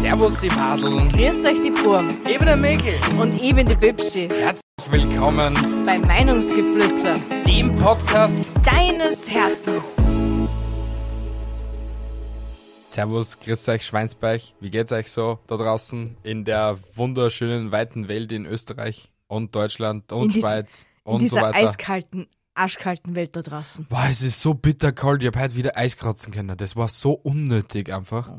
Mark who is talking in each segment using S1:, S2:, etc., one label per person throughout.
S1: Servus die Madeln,
S2: Grüß euch die Burm
S1: eben der Mäkel.
S2: und ich bin die Bibschi
S1: Herzlich willkommen
S2: bei Meinungsgeflüster
S1: dem Podcast.
S2: deines Herzens.
S1: Servus, grüß euch Schweinsbeich. Wie geht's euch so da draußen in der wunderschönen weiten Welt in Österreich und Deutschland und
S2: In dies-
S1: Schweiz
S2: In
S1: und so
S2: dieser
S1: weiter?
S2: eiskalten, aschkalten Welt da draußen.
S1: Boah, es ist so bitterkalt. Ich hab heute wieder Eis kratzen können. Das war so unnötig einfach.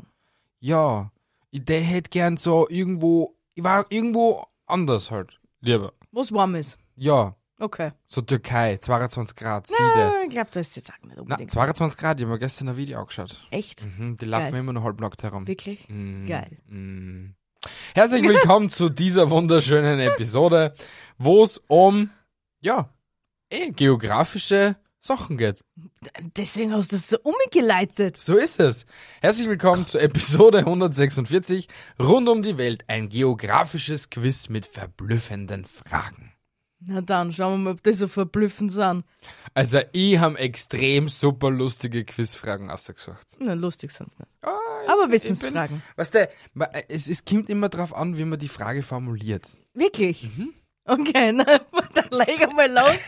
S1: Ja, ich der hätte gern so irgendwo, ich war irgendwo anders halt. Lieber.
S2: Wo es warm ist.
S1: Ja,
S2: Okay.
S1: so Türkei, 22 Grad, Siede.
S2: Ah, ich glaube, das ist jetzt auch nicht
S1: Na,
S2: unbedingt.
S1: 22 Grad, ich habe mir gestern ein Video angeschaut.
S2: Echt?
S1: Mhm, die laufen
S2: Geil.
S1: immer noch halbnackt herum.
S2: Wirklich?
S1: Mhm,
S2: Geil.
S1: mhm. Herzlich willkommen zu dieser wunderschönen Episode, wo es um, ja, eh, geografische Sachen geht.
S2: Deswegen hast du das so umgeleitet.
S1: So ist es. Herzlich willkommen zur Episode 146, rund um die Welt, ein geografisches Quiz mit verblüffenden Fragen.
S2: Na dann, schauen wir mal, ob die so verblüffend sind.
S1: Also, ich habe extrem super lustige Quizfragen ausgesucht.
S2: Na, lustig sind sie nicht.
S1: Ah,
S2: Aber
S1: ich- Ich
S2: Wissensfragen.
S1: bin, weißt du, ma- es, es kommt immer drauf an, wie man die Frage formuliert.
S2: Wirklich?
S1: Mhm.
S2: Okay, na, dann leg mal los.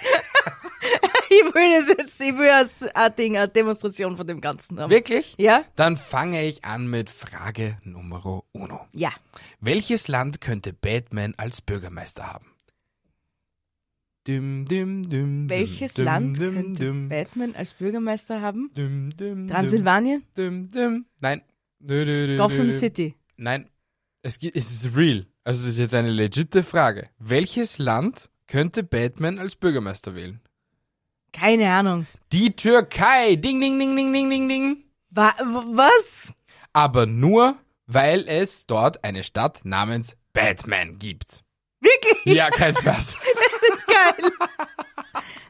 S2: ich will das jetzt, ich will als ein Ding, eine Demonstration von dem Ganzen haben.
S1: Wirklich?
S2: Ja?
S1: Dann fange ich an mit Frage Nummer uno.
S2: Ja.
S1: Welches Land könnte Batman als Bürgermeister haben? Düm, düm, düm, düm,
S2: Welches
S1: düm,
S2: Land
S1: düm,
S2: könnte
S1: düm,
S2: Batman als Bürgermeister haben?
S1: düm, düm,
S2: Transsilvanien?
S1: Düm, düm. Nein. Dö, dö, dö, dö, dö.
S2: Gotham City.
S1: Nein. Es, gi- es ist real. Also es ist jetzt eine legitime Frage. Welches Land könnte Batman als Bürgermeister wählen?
S2: Keine Ahnung.
S1: Die Türkei. Ding, ding, ding, ding, ding, ding, ding.
S2: Wa w- was?
S1: Aber nur, weil es dort eine Stadt namens Batman gibt.
S2: Wirklich?
S1: Ja, kein Spaß.
S2: Das ist geil.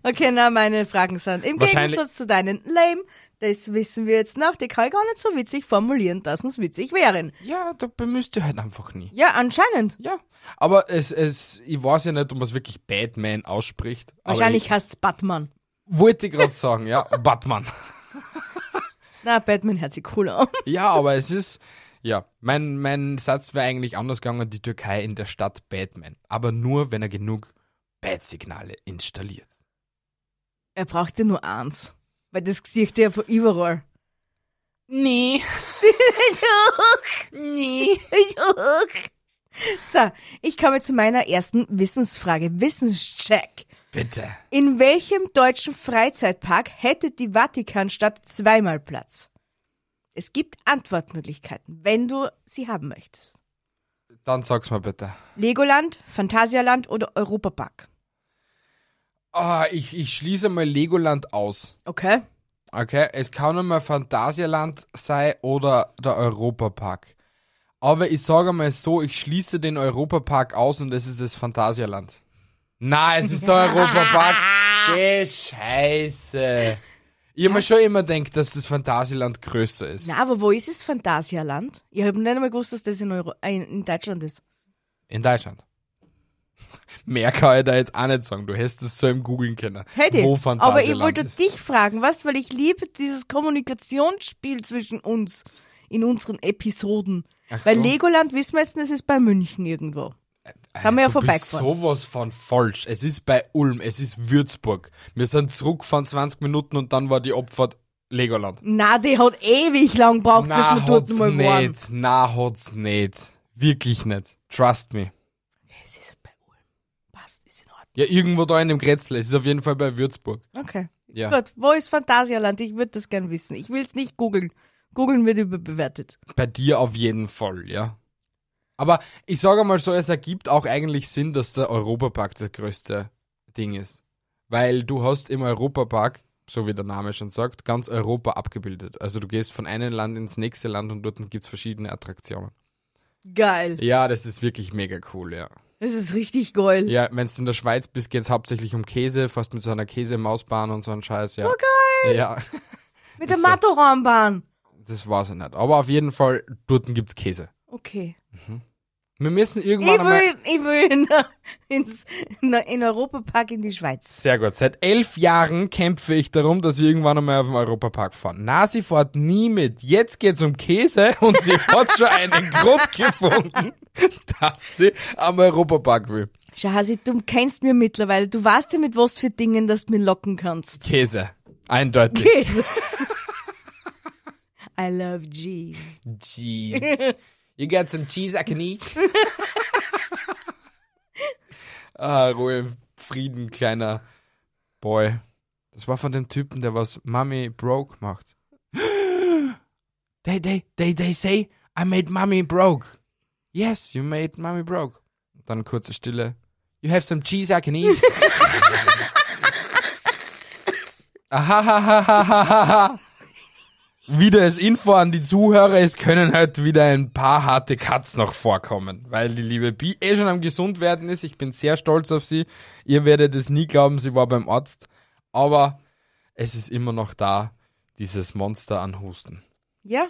S2: Okay, na, meine Fragen sind im
S1: Wahrscheinlich-
S2: Gegensatz zu deinen lame. Das wissen wir jetzt noch. Die kann ich gar nicht so witzig formulieren, dass uns witzig wären.
S1: ja, da bemüßt ihr halt einfach nie.
S2: Ja, anscheinend.
S1: Ja, aber es, es, ich weiß ja nicht, ob man es wirklich Batman ausspricht. aber
S2: Wahrscheinlich heißt es Batman.
S1: Ich wollte gerade sagen, ja, Batman.
S2: Na, Batman hört sich cool an.
S1: Ja, aber es ist, ja, mein, mein Satz wäre eigentlich anders gegangen, die Türkei in der Stadt Batman. Aber nur, wenn er genug Bat-Signale installiert.
S2: Er braucht ja nur eins. Weil das sieht ja von überall.
S1: Nee, nee.
S2: so, ich komme zu meiner ersten Wissensfrage. Wissenscheck.
S1: Bitte.
S2: In welchem deutschen Freizeitpark hätte die Vatikanstadt zweimal Platz? Es gibt Antwortmöglichkeiten, wenn du sie haben möchtest.
S1: Dann sag's mal bitte.
S2: Legoland, Phantasialand oder Europapark?
S1: Ah, ich, ich schließe mal Legoland aus.
S2: Okay.
S1: Okay, es kann einmal Phantasialand sein oder der Europapark. Aber ich sage mal so, ich schließe den Europapark aus und es ist das Phantasialand. Na, es ist der Europapark. Geh Scheiße. Ich habe mir schon immer gedacht, dass das Phantasialand größer ist.
S2: Na, aber wo ist es Phantasialand? Ich habe nicht einmal gewusst, dass das in, Euro äh, in Deutschland ist.
S1: In Deutschland. Mehr kann ich da jetzt auch nicht sagen. Du hättest es so im Googlen können.
S2: Hätte.
S1: Wo
S2: ich. Aber ich
S1: Phantasialand
S2: wollte
S1: ist.
S2: dich fragen, weißt, weil ich liebe dieses Kommunikationsspiel zwischen uns in unseren Episoden.
S1: Ach
S2: Weil
S1: so.
S2: Legoland wissen wir jetzt, das ist bei München irgendwo. Sind wir ja
S1: Äh, du bist
S2: vorbeigefahren.
S1: sowas von falsch. Es ist bei Ulm, es ist Würzburg. Wir sind zurückgefahren 20 Minuten und dann war die Opfert Legoland.
S2: Na, die hat ewig lang gebraucht, bis wir dort mal waren.
S1: nicht. Na, hat's nicht. Wirklich nicht. Trust me.
S2: Es ist bei Ulm. Passt, ist in Ordnung.
S1: Ja, irgendwo da in dem Grätzl. Es ist auf jeden Fall bei Würzburg.
S2: Okay.
S1: Ja.
S2: Gut, wo ist Phantasialand? Ich würde das gern wissen. Ich will es nicht googeln. Googeln wird überbewertet.
S1: Bei dir auf jeden Fall, ja. Aber ich sage mal so, es ergibt auch eigentlich Sinn, dass der Europapark das größte Ding ist. Weil du hast im Europapark, so wie der Name schon sagt, ganz Europa abgebildet. Also du gehst von einem Land ins nächste Land und dort gibt es verschiedene Attraktionen.
S2: Geil.
S1: Ja, das ist wirklich mega cool, ja.
S2: Das ist richtig geil.
S1: Ja, wenn du in der Schweiz bist, geht es hauptsächlich um Käse, fast mit so einer Käsemausbahn und so einem Scheiß,
S2: Oh,
S1: ja. Okay. Ja,
S2: Mit der
S1: ist so.
S2: Matterhornbahn.
S1: das war's ja nicht. Aber auf jeden Fall, dort gibt's Käse.
S2: Okay.
S1: Wir müssen
S2: Ich
S1: irgendwann einmal.
S2: will, ich will in, ins, in, in Europapark in die Schweiz.
S1: Sehr gut. Seit elf Jahren kämpfe ich darum, dass wir irgendwann einmal auf den Europapark fahren. Na, sie fährt nie mit. Jetzt geht's um Käse und sie hat schon einen Grund gefunden, dass sie am Europapark will.
S2: Shahasi, du kennst mir mittlerweile. Du weißt ja, mit was für Dingen, dass du mich locken kannst.
S1: Käse. Eindeutig.
S2: Käse. I love cheese.
S1: Cheese. You got some cheese I can eat? ah, Ruhe im Frieden, kleiner Boy. Das war von dem Typen, der was Mommy broke macht. They, they, they, they say, I made Mommy broke. Yes, you made Mommy broke. Und dann kurze Stille. You have some cheese I can eat. Ah, Ahahahahaha. wieder als Info an die Zuhörer, es können halt wieder ein paar harte Cuts noch vorkommen, weil die liebe Bi eh schon am gesund werden ist. Ich bin sehr stolz auf sie. Ihr werdet es nie glauben, sie war beim Arzt, aber es ist immer noch da, dieses Monster an Husten.
S2: Ja,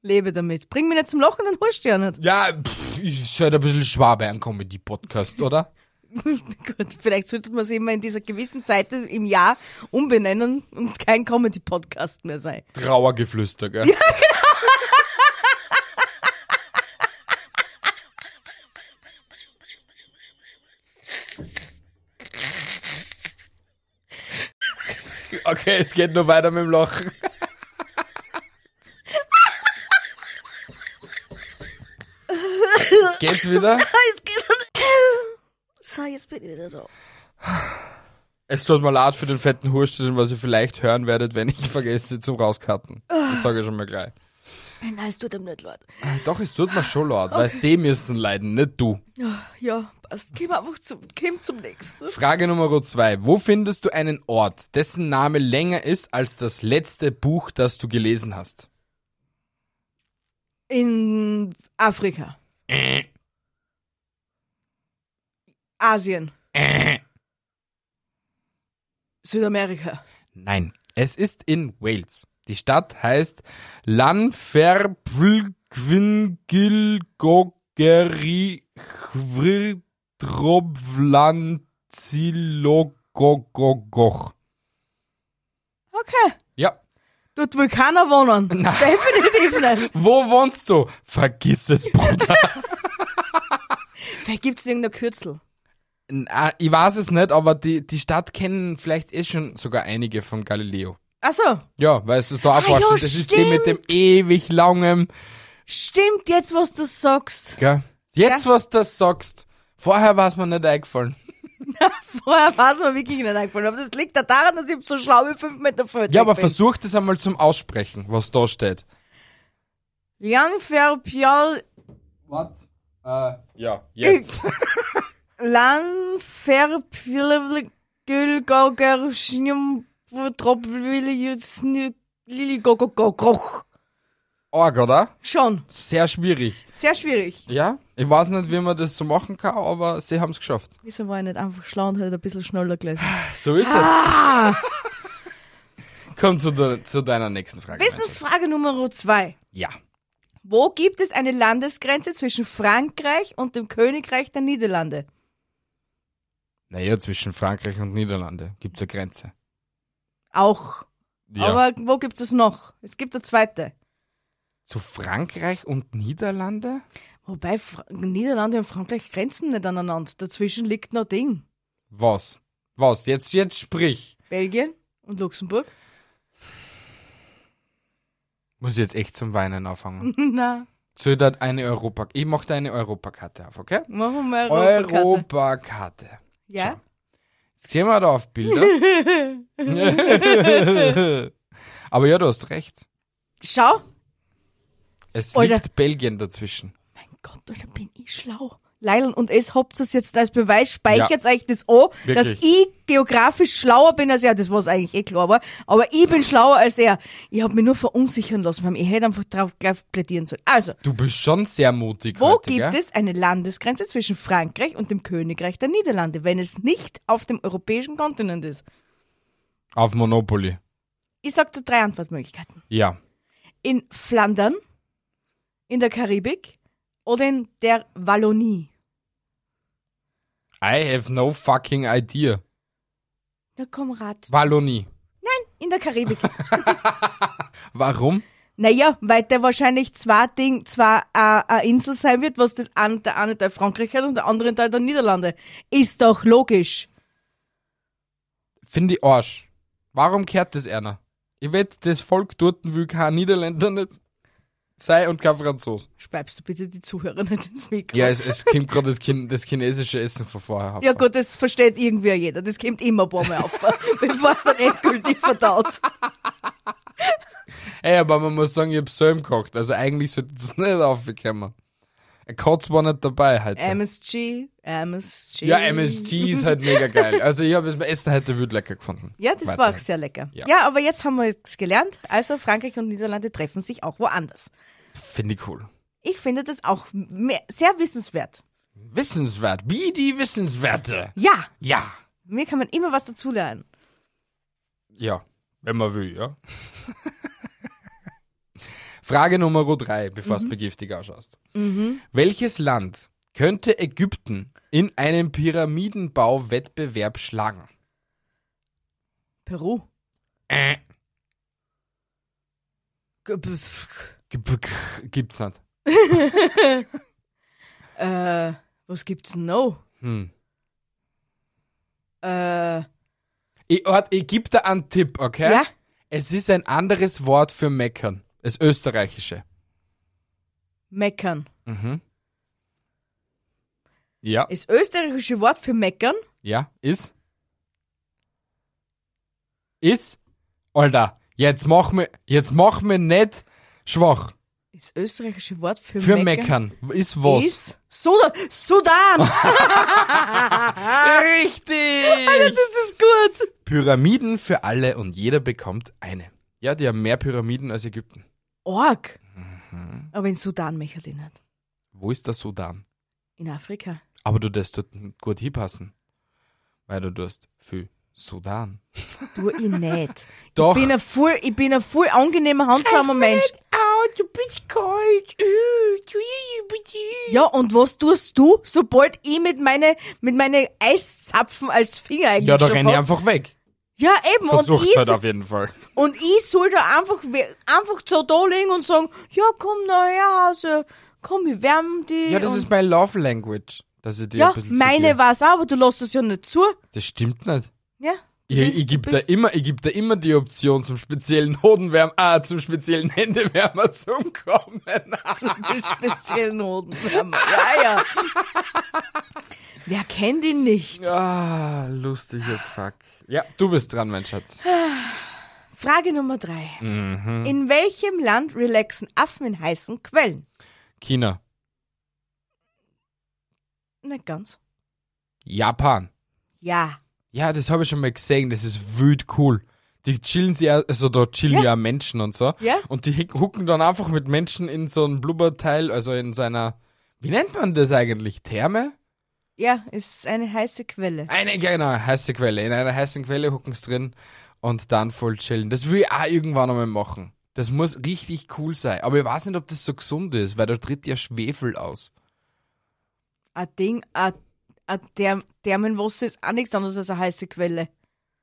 S2: lebe damit. Bring mich nicht zum Lachen, dann holst du ja nicht.
S1: Ja, pff, ist halt ein bisschen Schwabe an Comedy-Podcast, oder?
S2: Gut, vielleicht sollte man es immer in dieser gewissen Zeit im Jahr umbenennen und es kein Comedy-Podcast mehr sein.
S1: Trauergeflüster, gell? Ja, Okay, es geht nur weiter mit dem Lachen. Geht's wieder?
S2: Es geht nicht. So, jetzt bin ich wieder so.
S1: Es tut mir leid für den fetten Hurstel, was ihr vielleicht hören werdet, wenn ich vergesse zum Rauskarten. Das sage ich schon mal gleich.
S2: Nein, es tut ihm nicht leid.
S1: Doch, es tut mir schon laut, weil sie müssen leiden, nicht du.
S2: Ja, passt. Komm einfach zum, komm zum nächsten.
S1: Frage Nummer zwei. Wo findest du einen Ort, dessen Name länger ist als das letzte Buch, das du gelesen hast?
S2: In Afrika. Asien. Südamerika.
S1: Nein, es ist in Wales. Die Stadt heißt Lanferpflgwingilgogerichdroblanzilogogogoch.
S2: Okay.
S1: Ja.
S2: Dort will keiner wohnen. Definitiv nicht.
S1: Wo wohnst du? Vergiss es, Bruder.
S2: Vielleicht gibt's irgendein Kürzel.
S1: Na, Ah, ich weiß es nicht, aber die, die Stadt kennen vielleicht eh schon sogar einige von Galileo.
S2: Ach so.
S1: Ja, weißt du, es da auch vorstellen.
S2: Ah, ja,
S1: Das ist die mit dem ewig langen,
S2: Stimmt jetzt, was du sagst.
S1: gell? Jetzt, was du das sagst. Vorher war es mir nicht eingefallen.
S2: Vorher war es mir wirklich nicht eingefallen. Aber das liegt ja daran, dass ich so schlau wie 5 Meter Feld
S1: Ja, aber
S2: bin.
S1: versuch das einmal zum Aussprechen, was da steht.
S2: Lanferpial,
S1: Was? Äh, ja, jetzt.
S2: Lanferpial, Gülgoger, Schnium, Tropfwillius, Liligogogogoch.
S1: Org, oder?
S2: Schon.
S1: Sehr schwierig.
S2: Sehr schwierig.
S1: Ja? Ich weiß nicht, wie man das so machen kann, aber sie haben es geschafft.
S2: Wieso war ich nicht einfach schlau und hätte ein bisschen schneller gelesen?
S1: So ist
S2: Ah.
S1: es. Komm zu, de zu deiner nächsten Frage.
S2: Businessfrage Nummer 2.
S1: Ja.
S2: Wo gibt es eine Landesgrenze zwischen Frankreich und dem Königreich der Niederlande?
S1: Naja, zwischen Frankreich und Niederlande gibt's eine Grenze.
S2: Auch. Aber wo gibt es noch? Es gibt eine zweite.
S1: zu Frankreich und Niederlande?
S2: Wobei Fra Niederlande und Frankreich grenzen nicht aneinander. Dazwischen liegt noch Ding.
S1: Was? Was? Jetzt, jetzt sprich.
S2: Belgien und Luxemburg?
S1: Muss ich jetzt echt zum Weinen
S2: Mhm.
S1: anfangen.
S2: Na,
S1: So, ich eine Europa. Ich mach da eine Europakarte auf, okay?
S2: machen wir Europakarte.
S1: Europakarte.
S2: Ja?
S1: Jetzt sehen wir da auf Bilder. Aber ja, du hast recht.
S2: Schau.
S1: Es
S2: Alter.
S1: liegt Belgien dazwischen.
S2: Mein Gott, da bin ich schlau. Leilon und es habt es jetzt als Beweis, speichert
S1: Ja.
S2: euch das an, dass
S1: Wirklich.
S2: ich geografisch schlauer bin als er. Das war es eigentlich eh klar, aber, aber ich bin schlauer als er. Ich habe mich nur verunsichern lassen, weil ich hätte einfach drauf gleich plädieren sollen. Also,
S1: Du bist schon sehr mutig
S2: Wo
S1: heute,
S2: gibt
S1: gell?
S2: es eine Landesgrenze zwischen Frankreich und dem Königreich der Niederlande, wenn es nicht auf dem europäischen Kontinent ist?
S1: Auf Monopoly.
S2: Ich sag da drei Antwortmöglichkeiten.
S1: Ja.
S2: In Flandern, in der Karibik Oder in der Wallonie.
S1: I have no fucking idea.
S2: Na komm, Rat.
S1: Wallonie.
S2: In der Karibik.
S1: Warum?
S2: naja, weil der wahrscheinlich zwei Ding, zwei äh, eine Insel sein wird, was das an, der eine Teil Frankreich hat und der andere Teil der Niederlande. Ist doch logisch.
S1: Finde ich Arsch. Warum kehrt das einer? Ich wette, das Volk dort will kein Niederländer nicht sein und kein Franzose.
S2: Schreibst du bitte die Zuhörer nicht ins Mikro?
S1: Ja, es, es kommt gerade das, Chin- das chinesische Essen von vorher. ab.
S2: Ja gut, das versteht irgendwie jeder. Das kommt immer ein paar Mal auf, bevor es dann endgültig verdaut.
S1: Ey, aber man muss sagen, ich hab's selber gekocht. Also eigentlich sollte es nicht aufgekommen. Ein Kotz war nicht dabei heute.
S2: Ähm, MSG, MSG.
S1: ja, MSG ist halt mega geil. Also ich habe das Essen heute wild lecker gefunden.
S2: Ja, das
S1: Weiter.
S2: war auch sehr lecker.
S1: Ja.
S2: Ja. aber jetzt haben wir es gelernt. Also Frankreich und Niederlande treffen sich auch woanders.
S1: Finde ich cool.
S2: Ich finde das auch mehr, sehr wissenswert.
S1: Wissenswert. Wie die Wissenswerte.
S2: Ja,
S1: Ja.
S2: mir kann man immer was dazulernen.
S1: Ja, wenn man will, ja. Frage Nummer drei, bevor du begiftig ausschaust. Welches Land könnte Ägypten in einem Pyramidenbauwettbewerb schlagen?
S2: Peru.
S1: Äh.
S2: G- pf-
S1: Gibt's nicht.
S2: Äh, was gibt's denn noch?
S1: Hm.
S2: Äh,
S1: Ich, wart, ich gebe dir einen Tipp, okay?
S2: ja,
S1: Es ist ein anderes Wort für meckern. Das österreichische.
S2: meckern.
S1: Mhm. Ja,
S2: Das österreichische Wort für meckern
S1: ja, ist. Ist. Alter, jetzt mach mir, jetzt mach mir nicht schwach.
S2: Das österreichische Wort für,
S1: Für
S2: meckern,
S1: meckern. Ist was?
S2: ist Sudan. Sudan. Ah,
S1: Richtig!
S2: das ist gut.
S1: Pyramiden für alle und jeder bekommt eine. Ja, die haben mehr Pyramiden als Ägypten.
S2: Org.
S1: Mhm.
S2: Aber in Sudan mechert ihn nicht.
S1: Wo ist der Sudan?
S2: In Afrika.
S1: Aber du darfst dort gut hinpassen. Weil du tust für Sudan.
S2: Du, ich nicht.
S1: Doch.
S2: Ich bin ein voll, ich bin ein voll angenehmer, handsamer Mensch.
S1: Au, du bist kalt. Äh,
S2: Ja, und was tust du, sobald ich mit meine, mit meine Eiszapfen als Finger eigentlich
S1: Ja, da
S2: schon
S1: renn ich
S2: fast-
S1: einfach weg.
S2: Ja, eben. und
S1: Versuch's
S2: ich,
S1: halt auf jeden Fall.
S2: Und ich soll da einfach, we- einfach so da liegen und sagen, ja, komm na her, Hase. Komm, wir wärmen dich.
S1: Ja, das
S2: und,
S1: ist mein Love Language. Dass ich dir
S2: ja
S1: ein bisschen
S2: meine
S1: segier.
S2: war's auch, aber du lässt es ja nicht zu.
S1: Das stimmt nicht.
S2: Ja.
S1: Ich, ich gebe da, immer- ich geb da immer die Option zum speziellen Hodenwärmer, ah, zum speziellen Händewärmer zum Kommen.
S2: Mit speziellen Hodenwärmer. Ja, ja. Wer kennt ihn nicht?
S1: Ah, lustig as fuck. Ja, du bist dran, mein Schatz. Mhm.
S2: Frage Nummer drei.
S1: Hm.
S2: In welchem Land relaxen Affen in heißen Quellen?
S1: China,
S2: Nicht ganz.
S1: Japan.
S2: Ja.
S1: Ja, das habe ich schon mal gesehen. Das ist wild cool. Die chillen sie, auch- also da chillen ja, Menschen und so.
S2: Ja.
S1: Und die hick- hucken dann einfach mit Menschen in so einem Blubberteil, also in seiner, wie nennt man das eigentlich? Therme?
S2: Ja, ist eine heiße Quelle.
S1: Eine, genau, heiße Quelle. In einer heißen Quelle hucken sie drin und dann voll chillen. Das will ich auch irgendwann einmal machen. Das muss richtig cool sein. Aber ich weiß nicht, ob das so gesund ist, weil da tritt ja Schwefel aus.
S2: Ein Ding, ein, ein Therm Thermenwasser ist auch nichts anderes als eine heiße Quelle.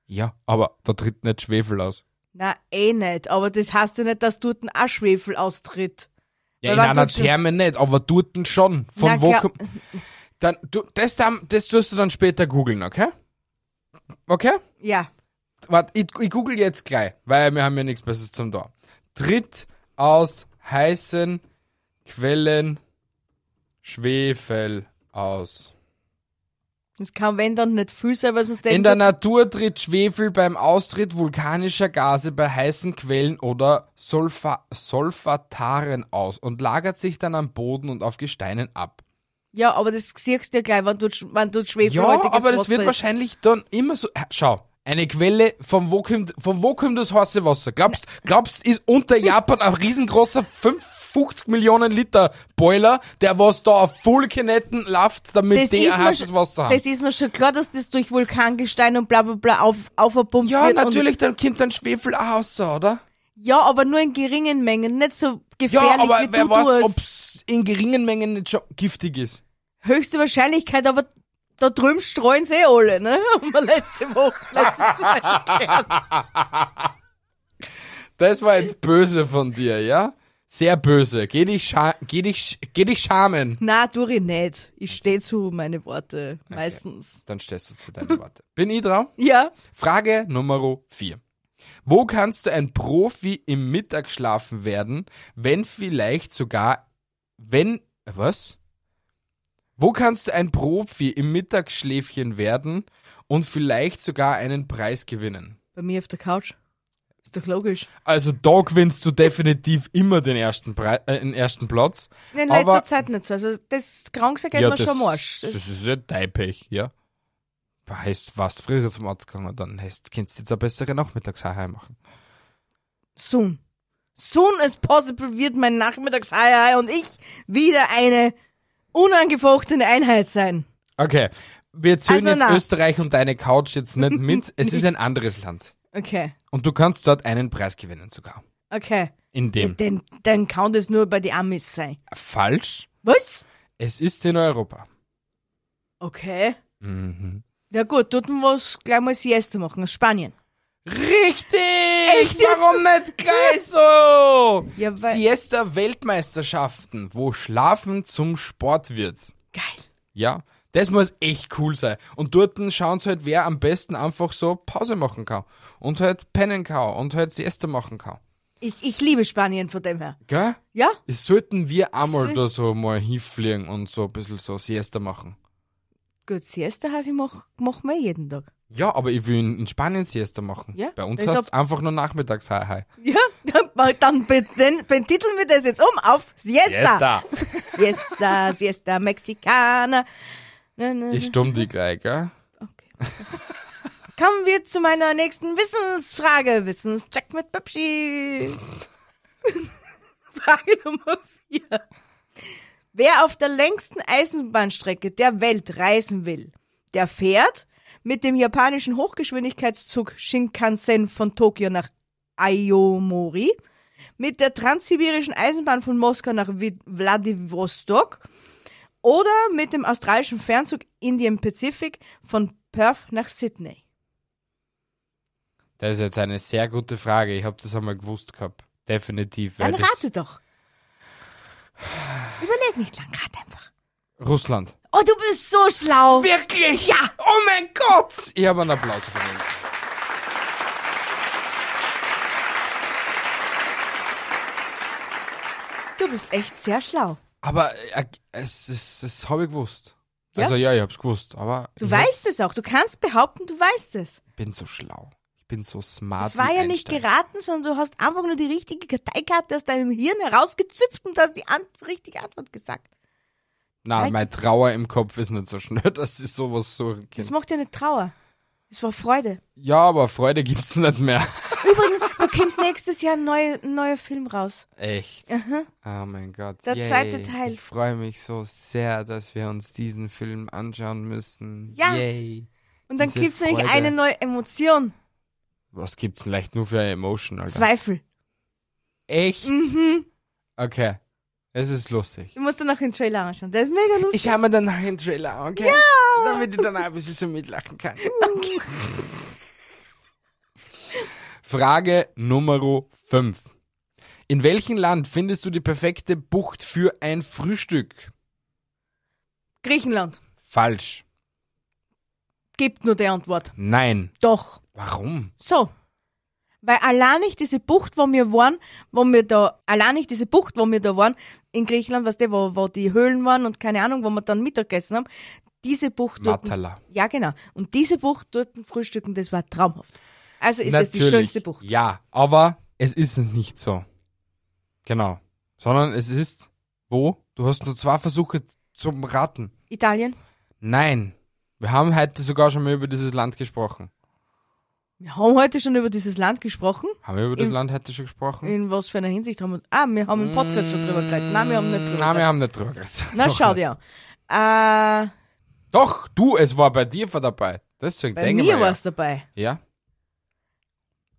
S1: Ja, aber da tritt nicht Schwefel aus.
S2: Na, eh nicht. Aber das heißt ja nicht, dass dort ein Aschwefel austritt.
S1: Ja,
S2: Weil
S1: in
S2: wann
S1: einer
S2: tut schon-
S1: Therme nicht, aber dort schon. Von
S2: Na,
S1: wo
S2: klar.
S1: kommt. Dann, du, das, dann, das tust du dann später googeln, okay? Okay?
S2: Ja.
S1: Warte, ich, ich google jetzt gleich, weil wir haben ja nichts Besseres zum da. Tritt aus heißen Quellen Schwefel aus.
S2: Das kann, wenn dann nicht viel sein, weil sonst
S1: In
S2: denkt
S1: der
S2: man-
S1: Natur tritt Schwefel beim Austritt vulkanischer Gase bei heißen Quellen oder Solfa Solfataren aus und lagert sich dann am Boden und auf Gesteinen ab.
S2: Ja, aber das siehst du ja gleich, wenn dort, wenn dort schwefelhaltiges
S1: Ja, aber das
S2: Wasser
S1: wird
S2: ist.
S1: wahrscheinlich dann immer so. Schau, eine Quelle, von wo kommt, von wo kommt das heiße Wasser? Glaubst, glaubst, ist unter Japan ein riesengroßer 55 Millionen Liter Boiler, der was da auf Vulkanetten läuft, damit die ein
S2: mir
S1: heißes
S2: schon-
S1: Wasser haben?
S2: Das ist mir schon klar, dass das durch Vulkangestein und bla bla bla auf, aufgepumpt
S1: Ja,
S2: wird.
S1: natürlich, dann kommt dann Schwefel auch raus, oder?
S2: Und, ja, aber nur in geringen Mengen, nicht so
S1: Ja,
S2: gefährlich
S1: aber
S2: wie
S1: wer
S2: du
S1: weiß,
S2: tust.
S1: ob's in geringen Mengen nicht schon giftig ist.
S2: Höchste Wahrscheinlichkeit, aber da drüben streuen sie eh alle, ne? Haben wir letzte Woche, letztes Mal schon gehört.
S1: Das war jetzt böse von dir, ja? Sehr böse. Geh dich, scha geh dich, geh dich schamen.
S2: Na, tu ich nicht. Ich stehe zu meine Worte, meistens.
S1: Dann stellst du zu deinen Worten. Bin ich dran?
S2: Ja,
S1: Frage Nummer 4. Wo kannst du ein Profi im Mittagsschlafen werden, wenn vielleicht sogar, wenn, was? Wo kannst du ein Profi im Mittagsschläfchen werden und vielleicht sogar einen Preis gewinnen?
S2: bei mir auf der Couch. Ist doch logisch.
S1: Also da gewinnst du definitiv immer den ersten, Pre äh, den ersten Platz.
S2: In letzter
S1: Aber-
S2: Zeit nicht so. Also das Kranksein geht mir schon am Arsch.
S1: Das,
S2: Das,
S1: ist ja dein Pech, ja. Heißt, warst früher zum Arzt gegangen, dann heißt, kannst du jetzt eine bessere Nachmittagshaarheit machen.
S2: soon. Soon as possible wird mein Nachmittags-Ei und ich wieder eine unangefochtene Einheit sein.
S1: Okay, wir zählen
S2: Also
S1: jetzt
S2: na.
S1: Österreich und deine Couch jetzt nicht mit. Es ist ein anderes Land.
S2: Okay,
S1: Und du kannst dort einen Preis gewinnen sogar.
S2: okay.
S1: In
S2: Ja,
S1: dem
S2: dann, dann kann das nur bei den Amis sein.
S1: falsch,
S2: Was?
S1: es ist in Europa.
S2: Okay.
S1: Mhm.
S2: Ja gut, dort muss gleich mal Siesta machen aus Spanien.
S1: Richtig!
S2: Echt jetzt?
S1: Warum nicht gleich so?
S2: Ja, weil-
S1: Siesta-Weltmeisterschaften, wo Schlafen zum Sport wird.
S2: Geil.
S1: Ja, das muss echt cool sein. Und dort schauen sie halt, wer am besten einfach so Pause machen kann. Und halt pennen kann. Und halt Siesta machen kann.
S2: Ich, ich liebe Spanien von dem her.
S1: Gell?
S2: Ja?
S1: Das sollten wir einmal
S2: Sie-
S1: da so mal hinfliegen und so ein bisschen so Siesta machen.
S2: Gut, Siesta heißt, ich mach, mach mal jeden Tag.
S1: Ja, aber ich will in in Spanien Siesta machen.
S2: Ja,
S1: Bei uns
S2: deshalb-
S1: heißt es einfach nur nachmittags hi, hi.
S2: Ja, dann, dann beten- betiteln wir das jetzt um auf Siesta. Siesta, Siesta, Mexikaner. Na, na,
S1: Ich
S2: na.
S1: stumm die gleich, gell?
S2: Okay. Kommen wir zu meiner nächsten Wissensfrage. Wissenscheck mit Babschi. Frage Nummer vier. Wer auf der längsten Eisenbahnstrecke der Welt reisen will, der fährt mit dem japanischen Hochgeschwindigkeitszug Shinkansen von Tokio nach Aomori, mit der transsibirischen Eisenbahn von Moskau nach Wi- Vladivostok oder mit dem australischen Fernzug Indien-Pazifik von Perth nach Sydney.
S1: Das ist jetzt eine sehr gute Frage. Ich habe das einmal gewusst gehabt. Definitiv. Weil
S2: Dann
S1: das
S2: rate doch. Überleg nicht lang, rate einfach.
S1: Russland.
S2: Oh, du bist so schlau.
S1: Wirklich? Ja! Oh mein Gott! Ich habe einen Applaus verdient.
S2: Du bist echt sehr schlau.
S1: Aber äh, es, es, das habe ich gewusst.
S2: Ja?
S1: Also ja, ich habe es gewusst. Aber
S2: Du
S1: ich
S2: weißt es auch. Du kannst behaupten, du weißt es.
S1: bin so schlau. Ich bin so smart.
S2: Es war
S1: wie
S2: ja nicht
S1: Einstein.
S2: geraten, sondern du hast einfach nur die richtige Karteikarte aus deinem Hirn herausgezüpft und hast die an richtige Antwort gesagt.
S1: Nein,
S2: Nein.
S1: meine Trauer im Kopf ist nicht so schnell, dass ich sowas suchen
S2: Das
S1: kann.
S2: macht ja nicht Trauer. Es war Freude.
S1: Ja, aber Freude gibt's nicht mehr.
S2: Übrigens, da kommt nächstes Jahr ein neuer, ein neuer Film raus.
S1: Echt? Oh mein Gott.
S2: Der
S1: Yay.
S2: zweite Teil.
S1: Ich freue mich so sehr, dass wir uns diesen Film anschauen müssen.
S2: Ja.
S1: Yay.
S2: Und dann
S1: Diese
S2: gibt's nämlich
S1: Freude.
S2: eine neue Emotion.
S1: Was gibt's denn leicht nur für eine Emotion, Alter?
S2: Zweifel.
S1: Echt?
S2: Mhm.
S1: Okay. Es ist lustig.
S2: Du musst dir noch den Trailer anschauen. Der ist mega lustig.
S1: Ich habe mir danach einen Trailer, okay? Damit ich danach ein bisschen so mitlachen kann. Frage Nummer 5. In welchem Land findest du die perfekte Bucht für ein Frühstück?
S2: Griechenland.
S1: Falsch.
S2: Gibt nur die Antwort.
S1: Nein.
S2: Doch.
S1: Warum?
S2: So. Weil allein nicht diese Bucht, wo wir waren, wo wir da, allein nicht diese Bucht, wo wir da waren, in Griechenland, weißt du, wo, wo die Höhlen waren und keine Ahnung, wo wir dann Mittag gegessen haben, diese Bucht dort.
S1: Matala.
S2: Ja, genau. Und diese Bucht dort frühstücken, das war traumhaft. Also ist das
S1: Natürlich.
S2: die schönste Bucht.
S1: Ja, aber es ist es nicht so. Genau. Sondern es ist wo? Du hast nur zwei Versuche zum Raten.
S2: Italien?
S1: Nein. Wir haben heute sogar schon mal über dieses Land gesprochen.
S2: Wir haben heute schon über dieses Land gesprochen.
S1: Haben wir über das
S2: Im-
S1: Land heute schon gesprochen?
S2: In was für einer Hinsicht haben wir. Ah, wir haben im Podcast schon drüber geredet. Nein, wir haben nicht drüber
S1: Hm, Nein, wir
S2: geredet.
S1: haben nicht drüber geredet.
S2: Na,
S1: Doch
S2: schau
S1: nicht.
S2: dir an. Äh,
S1: Doch, du, es war bei dir vor dabei. Deswegen
S2: bei
S1: denke ich
S2: mir
S1: mal,
S2: war es dabei.
S1: Ja.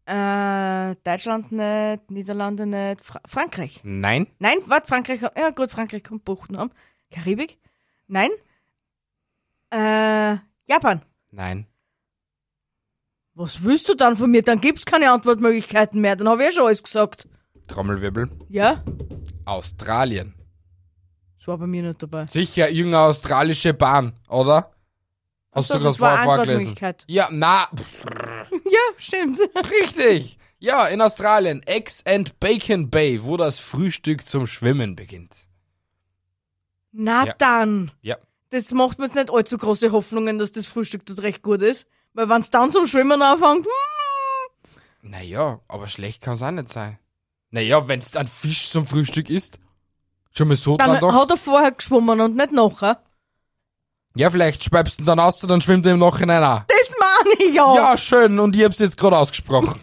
S2: Äh, Deutschland nicht, Niederlande nicht, Fra Frankreich.
S1: Nein?
S2: Nein, warte, Frankreich, ja gut, Frankreich kommt Buchten haben. Karibik? Nein. Äh, Japan.
S1: Nein.
S2: Was willst du dann von mir? Dann gibt's keine Antwortmöglichkeiten mehr. Dann habe ich ja schon alles gesagt.
S1: Trommelwirbel.
S2: Ja?
S1: Australien.
S2: Das war bei mir nicht dabei.
S1: Sicher irgendeine australische Bahn, oder? Hast
S2: Ach so,
S1: du gerade
S2: das war
S1: vorher vorgelesen?
S2: Antwortmöglichkeit.
S1: Ja, na, pff,
S2: Ja, stimmt.
S1: richtig. Ja, in Australien, Eggs and Bacon Bay, wo das Frühstück zum Schwimmen beginnt.
S2: Na
S1: Ja.
S2: dann.
S1: Ja.
S2: Das macht mir jetzt nicht allzu große Hoffnungen, dass das Frühstück dort recht gut ist. Weil wenn's dann zum Schwimmen anfängt, hm,
S1: Naja, aber schlecht kann's auch nicht sein. Naja, wenn's dann Fisch zum Frühstück ist. Schon mal so
S2: dann
S1: dran doch.
S2: hat er vorher geschwommen und nicht nachher.
S1: Ja, vielleicht schweibst du ihn dann aus, dann schwimmt er im Nachhinein auch.
S2: Das meine ich ja.
S1: Ja, schön, und ich hab's jetzt gerade ausgesprochen.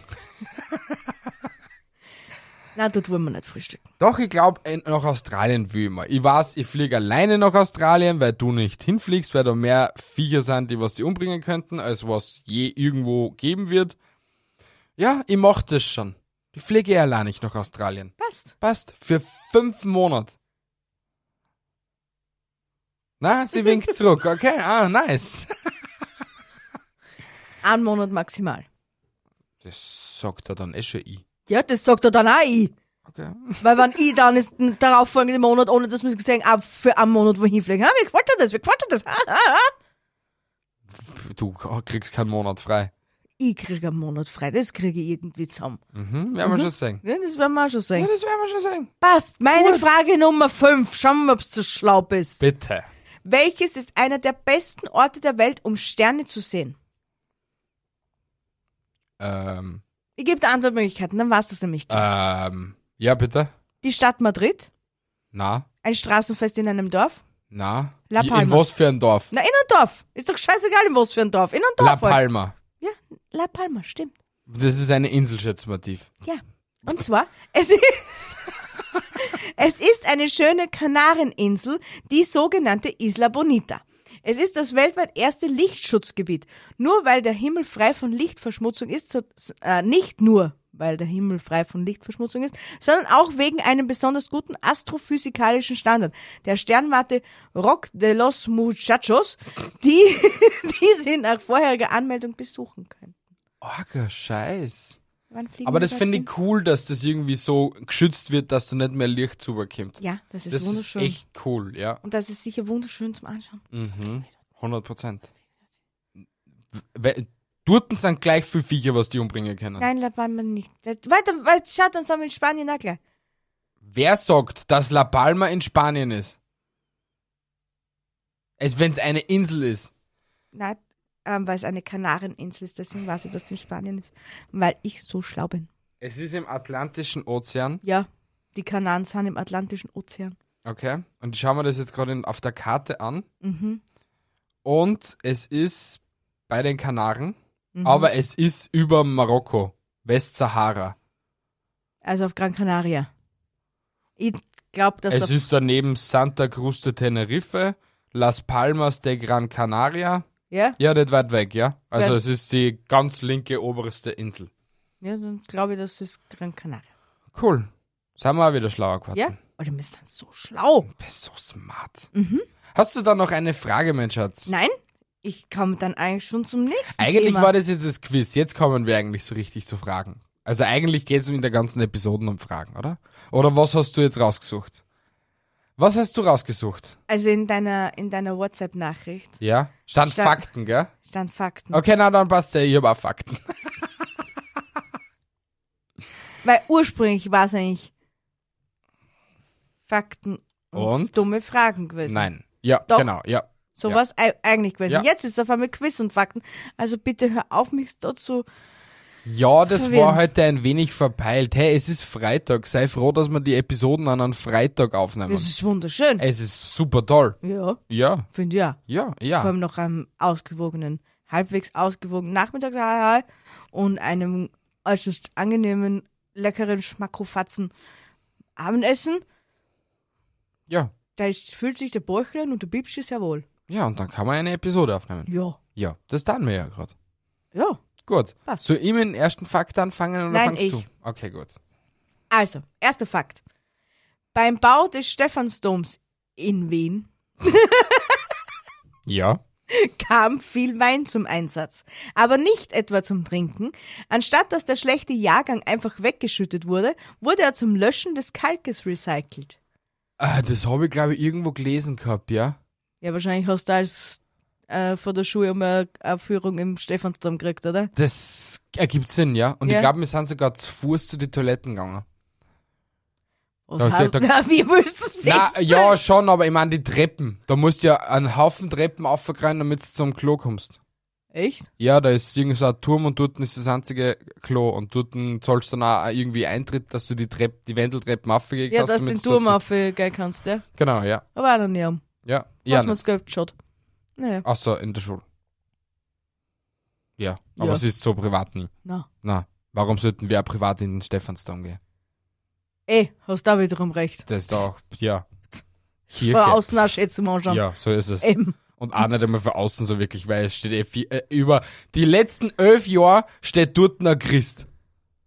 S2: Nein, dort wollen wir nicht frühstücken.
S1: Doch, ich glaube, nach Australien will ich mal. Ich weiß, ich fliege alleine nach Australien, weil du nicht hinfliegst, weil da mehr Viecher sind, die was die umbringen könnten, als was je irgendwo geben wird. Ja, ich mach das schon. Ich fliege eh alleine nicht nach Australien.
S2: Passt.
S1: Passt. Für fünf Monate. Na, sie winkt zurück. Okay, ah, nice.
S2: Ein Monat maximal.
S1: Das sagt er dann eh schon ich.
S2: Ja, das sagt er dann auch ich.
S1: Okay.
S2: Weil wenn ich dann ist den darauffolgenden Monat, ohne dass wir es gesehen haben, für einen Monat wohin fliegen. Ha, wie gefällt dir das? Wie gefällt dir das? Ha, ha, ha.
S1: Du kriegst keinen Monat frei.
S2: Ich krieg einen Monat frei. Das kriege ich irgendwie zusammen.
S1: Mhm, werden wir schon sehen.
S2: Ja, das werden wir auch schon
S1: Ja,
S2: sehen.
S1: das werden wir schon sehen.
S2: Passt. Meine Frage Nummer 5. Schauen wir mal, ob du schlau bist.
S1: Bitte.
S2: Welches ist einer der besten Orte der Welt, um Sterne zu sehen?
S1: Ähm,
S2: Ich gebe dir Antwortmöglichkeiten, dann war's das nämlich. gleich.
S1: ähm, ja, bitte.
S2: Die Stadt Madrid,
S1: Na,
S2: ein Straßenfest in einem Dorf.
S1: na.
S2: La
S1: I- In
S2: Palma.
S1: was für ein Dorf?
S2: Na, in einem Dorf. Ist doch scheißegal, in was für ein Dorf. In einem Dorf.
S1: La
S2: halt.
S1: Palma.
S2: Ja, La Palma, stimmt.
S1: Das ist eine Insel, schätze mal tief.
S2: Ja. Und zwar, es ist, es ist eine schöne Kanareninsel, die sogenannte Isla Bonita. Es ist das weltweit erste Lichtschutzgebiet. Nur weil der Himmel frei von Lichtverschmutzung ist, so, äh, nicht nur weil der Himmel frei von Lichtverschmutzung ist, sondern auch wegen einem besonders guten astrophysikalischen Standard. Der Sternwarte Rock de los Muchachos, die, die sie nach vorheriger Anmeldung besuchen können.
S1: Arger Scheiß.
S2: Wann fliegen
S1: Aber
S2: wir
S1: das finde
S2: dorthin?
S1: ich cool, dass das irgendwie so geschützt wird, dass du nicht mehr Licht zubekommst.
S2: Ja, das ist
S1: Das ist
S2: wunderschön.
S1: echt cool, ja.
S2: Und das ist sicher wunderschön zum Anschauen.
S1: Mhm. 100 Prozent. Durten sind gleich viel Viecher, was die umbringen können.
S2: Nein, La Palma nicht. Das, weiter, weiter, schaut, dann sind wir in Spanien auch gleich.
S1: Wer sagt, dass La Palma in Spanien ist? Als wenn es eine Insel ist.
S2: Nein, ähm, weil es eine Kanareninsel ist, deswegen weiß ich, dass es in Spanien ist. Weil ich so schlau bin.
S1: Es ist im Atlantischen Ozean.
S2: Ja, die Kanaren sind im Atlantischen Ozean.
S1: Okay. Und ich schaue mir das jetzt gerade in- auf der Karte an.
S2: Mhm.
S1: Und es ist bei den Kanaren,
S2: mhm.
S1: aber es ist über Marokko, Westsahara.
S2: Also auf Gran Canaria. Ich glaube, dass
S1: es
S2: auf,
S1: ist daneben Santa Cruz de Tenerife, Las Palmas de Gran Canaria.
S2: ja,
S1: Ja, nicht weit weg, ja. Also
S2: Ja.
S1: es ist die ganz linke oberste Insel.
S2: ja, dann glaube ich, das ist Gran Canaria.
S1: Cool. Sind wir auch wieder schlauer geworden.
S2: Ja? Oder wir sind so schlau.
S1: Du bist so smart.
S2: Mhm.
S1: Hast du da noch eine Frage, mein Schatz?
S2: Nein, ich komme dann eigentlich schon zum nächsten
S1: Eigentlich
S2: Thema.
S1: war das jetzt das Quiz. Jetzt kommen wir eigentlich so richtig zu Fragen. Also eigentlich geht es in der ganzen Episode um Fragen, oder? Oder was hast du jetzt rausgesucht? Was hast du rausgesucht?
S2: also in deiner, in deiner WhatsApp-Nachricht
S1: Ja? Stand
S2: Sta-
S1: Fakten, gell?
S2: stand Fakten.
S1: Okay, na dann passt ja, ich habe auch Fakten.
S2: Weil ursprünglich war es eigentlich Fakten und,
S1: Und?
S2: dumme Fragen gewesen.
S1: Nein. Ja,
S2: Doch.
S1: genau, ja.
S2: So
S1: ja.
S2: war es ei- eigentlich gewesen.
S1: Ja.
S2: Jetzt ist es auf einmal Quiz und Fakten. Also bitte hör auf, mich dazu.
S1: Ja, das war
S2: Verwirrend.
S1: heute ein wenig verpeilt. Hey, es ist Freitag. Sei froh, dass wir die Episoden an einem Freitag aufnehmen.
S2: Das ist wunderschön.
S1: Es ist super toll.
S2: Ja,
S1: Ja,
S2: finde ich ja.
S1: ja,
S2: Vor
S1: ja.
S2: allem noch einem ausgewogenen, halbwegs ausgewogenen Nachmittagshai und einem äußerst angenehmen, leckeren Schmackofatzen Abendessen.
S1: Ja,
S2: Da ist, fühlt sich der Bäuchlein und der Bibsche sehr wohl.
S1: ja, und dann kann man eine Episode aufnehmen.
S2: Ja.
S1: Ja, das tun wir ja gerade.
S2: Ja.
S1: Gut.
S2: Passt.
S1: Soll ich mit dem ersten Fakt anfangen oder
S2: Nein,
S1: fangst
S2: ich.
S1: du? Okay, gut.
S2: Also, erster Fakt. Beim Bau des Stephansdoms in Wien
S1: Ja.
S2: kam viel Wein zum Einsatz. Aber nicht etwa zum Trinken. Anstatt dass der schlechte Jahrgang einfach weggeschüttet wurde, wurde er zum Löschen des Kalkes recycelt.
S1: Ah, das habe ich, glaube ich, irgendwo gelesen gehabt, ja?
S2: Ja, wahrscheinlich hast du als äh, von der Schule einmal eine Führung im Stephansdom gekriegt, oder?
S1: Das ergibt Sinn, ja? Und
S2: Ja.
S1: ich glaube, wir sind sogar zu Fuß zu den Toiletten gegangen.
S2: Was
S1: Da- da-
S2: heißt,
S1: da-
S2: na, wie willst du es
S1: Na,
S2: jetzt
S1: ja, schon, aber ich meine die Treppen. Da musst du ja einen Haufen Treppen aufvergreifen, damit du zum Klo kommst.
S2: Echt?
S1: Ja, da ist irgendwie so ein Turm und dort ist das einzige Klo. Und dort zahlst du dann auch irgendwie Eintritt, dass du die Treppe, die Wendeltreppen aufgehen
S2: Ja,
S1: kannst.
S2: dass du
S1: damit
S2: den
S1: du
S2: Turm
S1: dort-
S2: aufgehen kannst, ja.
S1: Genau, ja.
S2: Aber auch noch nicht um.
S1: Ja,
S2: Ja,
S1: ja.
S2: Hast mir das Geld geschaut. Naja,
S1: Außer in der Schule. Ja,
S2: Ja.
S1: aber es ist so privat nie.
S2: na.
S1: Na, warum sollten wir auch privat in den Stephansdom gehen?
S2: Ey, Eh, hast da wiederum recht.
S1: Das ist doch, ja. Kirche.
S2: Von außen auch schön zum Anschauen.
S1: Ja, so ist es.
S2: Eben.
S1: Und auch nicht einmal für außen so wirklich, weil es steht eh viel, äh, über die letzten elf Jahre steht dort noch Christ.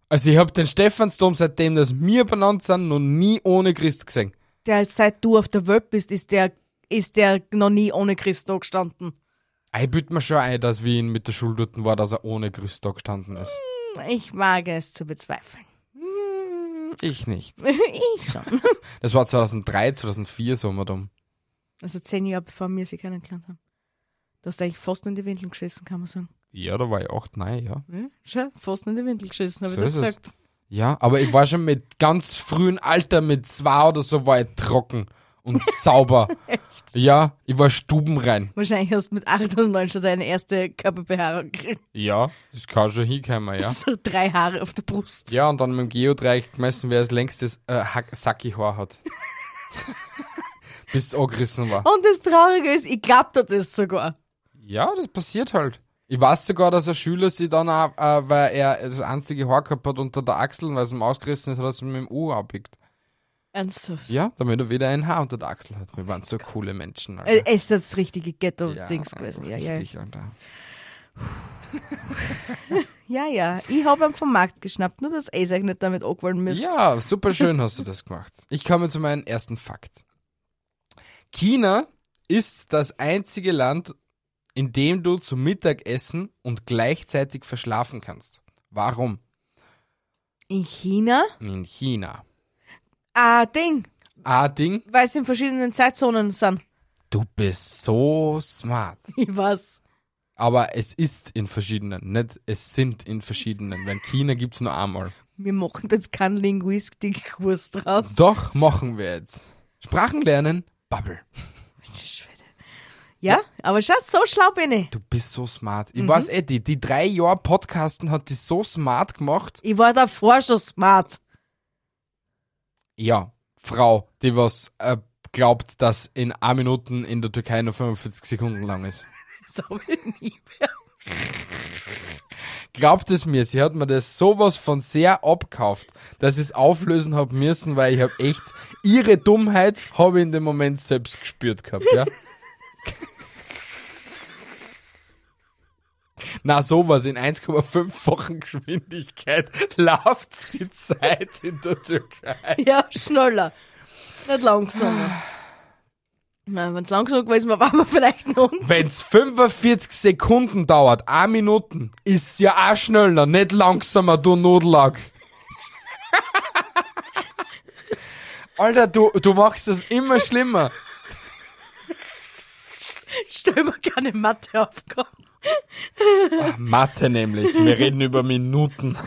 S1: Also ich hab den Stephansdom, seitdem das mir benannt sind, noch nie ohne Christ gesehen.
S2: Der, seit du auf der Welt bist, ist der, ist der noch nie ohne Christ da gestanden.
S1: Ich büt mir schon ein, dass Wien mit der Schule dort war, dass er ohne Christ da gestanden ist.
S2: Ich wage es zu bezweifeln.
S1: Ich nicht.
S2: ich schon.
S1: Das war 2003, 2004 so mal dumm.
S2: Also zehn Jahre bevor wir sie kennengelernt haben. Du hast eigentlich fast in die Windeln geschissen, kann man sagen.
S1: Ja, da war ich acht, nein, ja.
S2: Hm? Schon, fast in die Windeln geschissen, habe
S1: So
S2: ich
S1: ist
S2: doch
S1: es.
S2: gesagt.
S1: Ja, aber ich war schon mit ganz frühen Alter, mit zwei oder so, war ich trocken und sauber. ja, ich war stubenrein.
S2: Wahrscheinlich hast du mit 98 schon deine erste Körperbehaarung gekriegt.
S1: Ja, das kann schon hinkommen, ja.
S2: So drei Haare auf der Brust.
S1: Ja, und dann mit dem Geodreieck gemessen, wer das längste äh, Hack- Sacki-Haar hat. Bis es angerissen war.
S2: Und das Traurige ist, ich glaub dir das sogar.
S1: Ja, das passiert halt. Ich weiß sogar, dass ein Schüler sich dann auch, äh, weil er das einzige Haar gehabt hat unter der Achsel, weil es ihm ausgerissen ist, hat er es mit dem U abpickt.
S2: Ernsthaft.
S1: Ja, damit er wieder ein Haar unter der Achsel hat. Wir waren so coole Menschen. Alter.
S2: Äh, Es ist das richtige Ghetto-Dings gewesen. Ja, ja.
S1: richtig, Alter.
S2: ja, ja. Ich hab ihn vom Markt geschnappt, nur dass ihr euch nicht damit angewollen müsst.
S1: Ja, super schön hast du das gemacht. Ich komme zu meinem ersten Fakt. China ist das einzige Land, in dem du zum Mittagessen und gleichzeitig verschlafen kannst. Warum?
S2: In China?
S1: In China.
S2: Ah, Ding.
S1: Ah, Ding,
S2: Weil sie in verschiedenen Zeitzonen sind.
S1: du bist so smart.
S2: Ich weiß.
S1: Aber es ist in verschiedenen, nicht es sind in verschiedenen. Weil China gibt es nur einmal.
S2: Wir machen jetzt keinen Linguistikkurs draus.
S1: Doch, machen wir jetzt. Sprachen lernen, Bubble.
S2: Schwede. Ja, aber schau, so schlau bin ich.
S1: Du bist so smart. Ich weiß eh, die, die drei Jahre Podcasten hat die so smart gemacht.
S2: Ich war davor schon smart.
S1: Ja, Frau, die was äh, glaubt, dass in 1 Minuten in der Türkei nur 45 Sekunden lang ist.
S2: Das hab ich nie mehr.
S1: Glaubt es mir, sie hat mir das sowas von sehr abkauft, dass ich es auflösen hab müssen, weil ich habe echt ihre Dummheit habe ich in dem Moment selbst gespürt gehabt, ja. Na sowas, in 1,5-fachen Geschwindigkeit läuft die Zeit in der Türkei.
S2: Ja, schneller. Nicht langsamer. Nein, wenn es langsam gewesen wäre, waren wir vielleicht noch. unten.
S1: Wenn's 45 Sekunden dauert, 1 Minuten, ist ja auch schneller, nicht langsamer, du Nudelack. Alter, du, du machst das immer schlimmer.
S2: Stell mir keine Matheaufgaben.
S1: Mathe nämlich, wir reden über Minuten.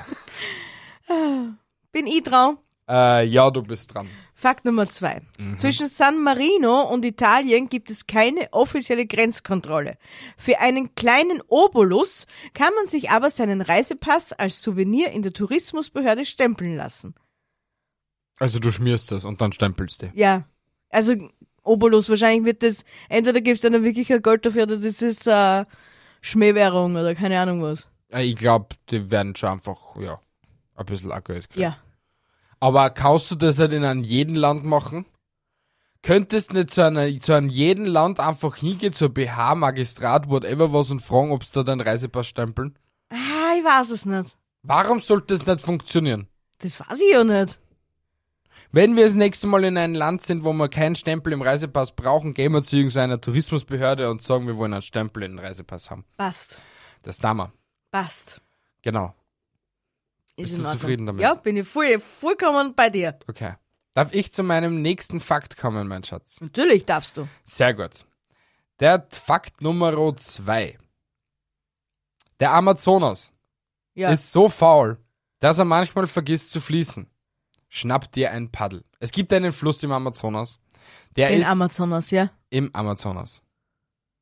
S2: Bin ich dran.
S1: Äh, ja, du bist dran.
S2: Fakt Nummer zwei.
S1: Mhm.
S2: Zwischen San Marino und Italien gibt es keine offizielle Grenzkontrolle. Für einen kleinen Obolus kann man sich aber seinen Reisepass als Souvenir in der Tourismusbehörde stempeln lassen.
S1: Also du schmierst das und dann stempelst du.
S2: Ja. Also Obolus, wahrscheinlich wird das, entweder gibst du dann wirklich ein Gold dafür oder das ist äh, Schmähwährung oder keine Ahnung was.
S1: Äh, ich glaube, die werden schon einfach, ja, ein bisschen auch Geld kriegen.
S2: Ja.
S1: Aber kannst du das nicht in einem jeden Land machen? Könntest nicht zu, einer, zu einem jeden Land einfach hingehen, zur BH, Magistrat, whatever was und fragen, ob's da deinen Reisepass stempeln?
S2: Ah, ich ich weiß es nicht.
S1: Warum sollte es nicht funktionieren?
S2: Das weiß ich ja nicht.
S1: Wenn wir das nächste Mal in einem Land sind, wo wir keinen Stempel im Reisepass brauchen, gehen wir zu irgendeiner Tourismusbehörde und sagen, wir wollen einen Stempel in den Reisepass haben.
S2: Passt.
S1: Das da wir.
S2: Passt.
S1: Genau.
S2: Ist
S1: Bist
S2: in
S1: du
S2: Ordnung.
S1: zufrieden damit?
S2: Ja, bin ich voll, vollkommen bei dir.
S1: Okay. Darf ich zu meinem nächsten Fakt kommen, mein Schatz?
S2: Natürlich darfst du.
S1: Sehr gut. Der Fakt Nummer zwei. Der Amazonas
S2: Ja.
S1: ist so faul, dass er manchmal vergisst zu fließen. Schnapp dir ein Paddel. Es gibt einen Fluss im Amazonas. Der
S2: in
S1: ist
S2: Amazonas, ja.
S1: im Amazonas.